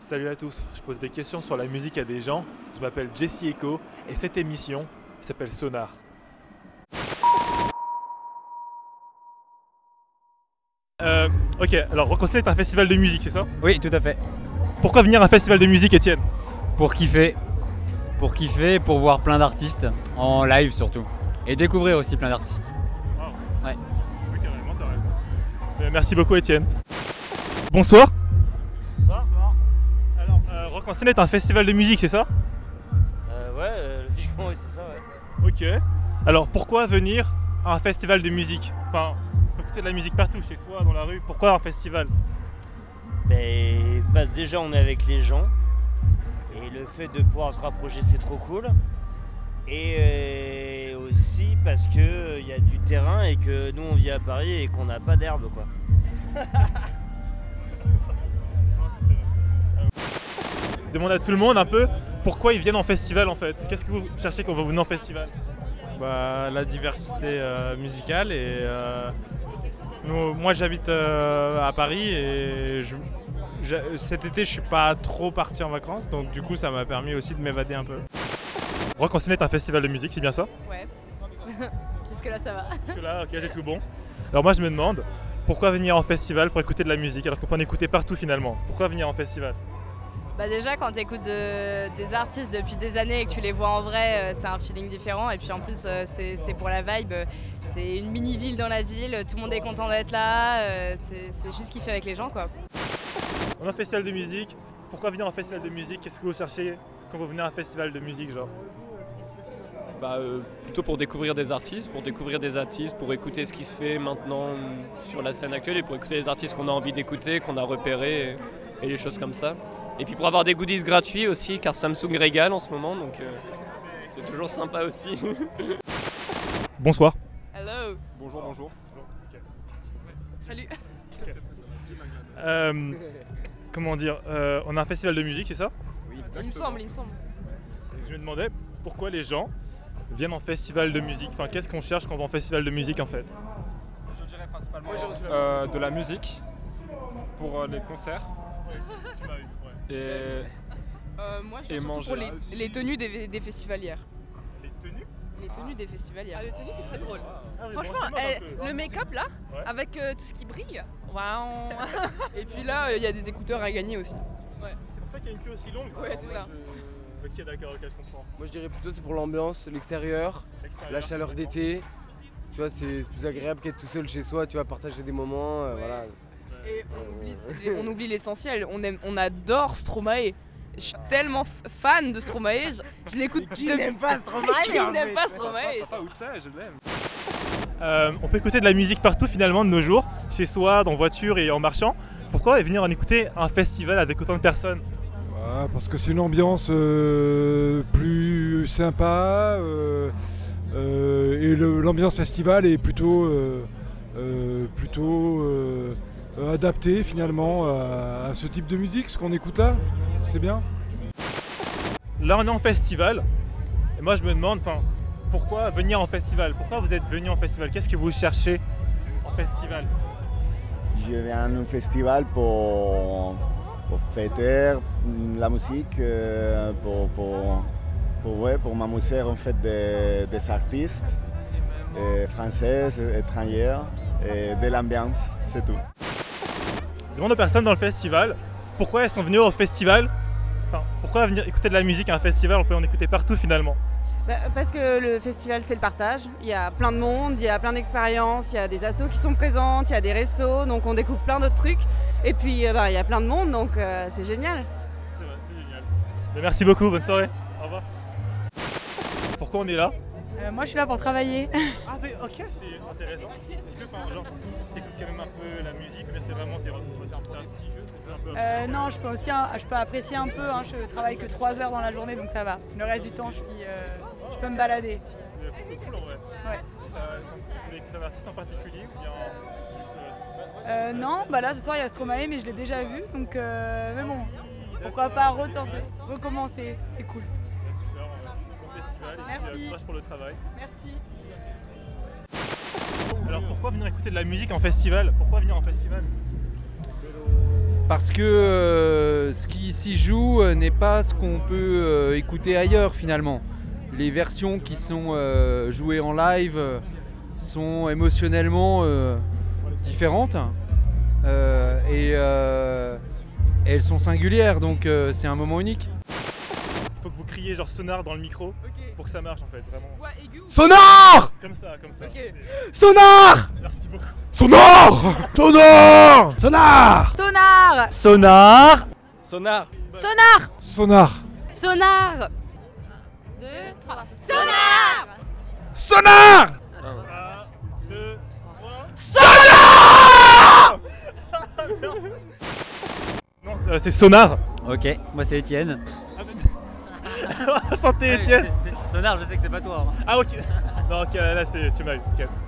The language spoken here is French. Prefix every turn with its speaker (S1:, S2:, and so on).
S1: Salut à tous, je pose des questions sur la musique à des gens. Je m'appelle Jesse Echo et cette émission s'appelle Sonar. Euh, ok, alors Rockosé est un festival de musique, c'est ça
S2: Oui, tout à fait.
S1: Pourquoi venir à un festival de musique, Étienne
S2: Pour kiffer. Pour kiffer, pour voir plein d'artistes, en live surtout. Et découvrir aussi plein d'artistes. Ouais.
S1: Oui, carrément, t'as raison. Euh, merci beaucoup, Étienne. Bonsoir. Bonsoir. Alors, euh, Rock en scène est un festival de musique, c'est ça
S3: Euh, ouais, euh, logiquement, oui, c'est ça, ouais.
S1: Ok. Alors, pourquoi venir à un festival de musique Enfin, on peut écouter de la musique partout, chez soi, dans la rue. Pourquoi un festival
S3: Ben, parce que déjà, on est avec les gens. Et le fait de pouvoir se rapprocher, c'est trop cool. Et euh, aussi parce que euh, il y a du terrain et que nous, on vit à Paris et qu'on n'a pas d'herbe, quoi.
S1: Je demande à tout le monde un peu pourquoi ils viennent en festival en fait. Qu'est-ce que vous cherchez quand vous venez en festival
S4: bah, la diversité euh, musicale et euh, nous- moi j'habite euh, à Paris et je- je- cet été je suis pas trop parti en vacances donc du coup ça m'a permis aussi de m'évader un peu.
S1: Rock en scène est un festival de musique, c'est bien ça
S5: Ouais. Jusque-là, ça va.
S1: Parce que là, ok, j'ai tout bon. Alors moi je me demande pourquoi venir en festival pour écouter de la musique alors qu'on peut en écouter partout finalement. Pourquoi venir en festival
S5: Bah déjà, quand tu écoutes des artistes depuis des années et que tu les vois en vrai, euh, c'est un feeling différent. Et puis en plus, euh, c'est c'est pour la vibe. euh, C'est une mini-ville dans la ville. Tout le monde est content d'être là. euh, C'est c'est juste kiffer avec les gens, quoi.
S1: On est en festival de musique. Pourquoi venir en festival de musique Qu'est-ce que vous cherchez quand vous venez à un festival de musique genre
S6: Bah, euh, plutôt pour découvrir des artistes, pour découvrir des artistes, pour écouter ce qui se fait maintenant euh, sur la scène actuelle et pour écouter les artistes qu'on a envie d'écouter, qu'on a repérés et, et les choses comme ça. Et puis pour avoir des goodies gratuits aussi, car Samsung régale en ce moment, donc euh, c'est toujours sympa aussi.
S1: Bonsoir.
S5: Hello
S6: Bonjour, bonjour.
S5: Salut
S1: Euh, comment dire euh, On a un festival de musique, c'est ça
S5: Il me semble, il me semble.
S1: Je me demandais pourquoi les gens viennent en festival de musique. Enfin, qu'est-ce qu'on cherche quand on va en festival de musique en fait
S7: Euh, de la musique pour euh, les concerts et
S8: Euh, moi, je
S7: Et
S8: suis surtout
S7: manger.
S8: pour les, les tenues des, des festivalières.
S1: Les tenues
S8: Les tenues des festivalières.
S9: les tenues, c'est très drôle.
S1: Ah,
S8: Franchement, eh, le make-up là,
S1: hein, Ouais.
S8: avec euh, tout ce qui brille. Waouh Et puis là, il y a des écouteurs à gagner aussi.
S1: C'est pour ça qu'il y a une queue aussi longue.
S8: Ouais, c'est ça.
S1: Ok, d'accord, ok, je comprends.
S9: Moi, je dirais plutôt c'est pour l'ambiance, l'extérieur, la chaleur d'été. Tu vois, c'est plus agréable qu'être tout seul chez soi, tu vois, partager des moments, euh,
S8: Ouais.
S9: voilà.
S8: Et on oublie, on oublie l'essentiel. On, aime, on adore Stromae. Je suis tellement f- fan de Stromae. Je, je l'écoute depuis.
S9: pas
S8: Qui n'aime pas Stromae
S1: Euh, on peut écouter de la musique partout finalement de nos jours, chez soi, dans voiture et en marchant. Pourquoi venir en écouter un festival avec autant de personnes
S10: Ah, parce que c'est une ambiance euh, plus sympa euh, euh, et le- l'ambiance festival est plutôt, euh, euh, plutôt euh, euh, adaptée finalement à, à ce type de musique, ce qu'on écoute là, c'est bien.
S1: Là on est en festival, et moi je me demande, enfin, pourquoi venir en festival Pourquoi vous êtes venu en festival Qu'est-ce que vous cherchez en festival
S11: Je viens à un festival pour, pour fêter la musique, euh, pour, pour, pour, ouais, pour m'amuser en fait des, des artistes euh, françaises, étrangères et de l'ambiance, c'est tout.
S1: Je demande aux personnes dans le festival pourquoi elles sont venues au festival, enfin, pourquoi venir écouter de la musique à un festival On peut en écouter partout finalement.
S8: Parce que le festival, c'est le partage. Il y a plein de monde, il y a plein d'expériences, il y a des assos qui sont présentes, il y a des restos, donc on découvre plein d'autres trucs. Et puis, euh, bah, il y a plein de monde, donc c'est génial.
S1: C'est vrai, c'est génial. Ben, merci beaucoup, bonne soirée. Au revoir. Pourquoi on est là
S8: Euh, moi, je suis là pour travailler.
S1: Ah mais ok, c'est intéressant. Est-ce que enfin, genre, tu t'écoutes quand même un peu la musique, mais c'est vraiment tes t'as un petit jeu un peu
S8: Euh, non, je peux aussi un- je peux apprécier un peu. hein. Je travaille que 3 heures dans la journée, donc ça va. Le reste du temps, je, suis, euh, je peux me balader.
S1: cool en vrai.
S8: Ouais.
S1: Euh, tu écoutes un artiste en particulier ou bien juste
S8: Euh, non, bah là, ce soir, il y a Stromae, mais je l'ai déjà vu. Donc, euh, mais bon, pourquoi pas retenter, recommencer. C'est cool.
S1: euh, super, euh, bon festival et puis,
S8: Merci.
S1: euh, courage pour le travail.
S8: Merci.
S1: Alors pourquoi venir écouter de la musique en festival Pourquoi venir en festival
S2: Parce que euh, ce qui ici
S12: s'y joue euh, n'est pas ce qu'on peut euh, écouter ailleurs finalement. Les versions qui sont euh, jouées en live euh, sont émotionnellement euh, différentes euh, et euh, elles sont singulières, donc euh, c'est un moment unique.
S1: Il faut que vous criez genre sonar dans le micro pour que ça marche en fait, vraiment.
S12: Sonar
S1: Comme ça, comme ça.
S12: Sonar
S1: Merci beaucoup.
S12: Sonar
S13: Sonar
S12: Sonar
S5: Sonar
S2: Sonar
S7: Sonar
S5: Sonar
S10: Sonar
S5: Sonar Deux, trois. Sonar
S13: Sonar
S1: Euh, c'est Sonar
S2: Ok, moi c'est Étienne.
S1: Santé Étienne
S2: Sonar, je sais que c'est pas toi. hein.
S1: Ah ok. Non, ok, là c'est tu m'as eu. ok.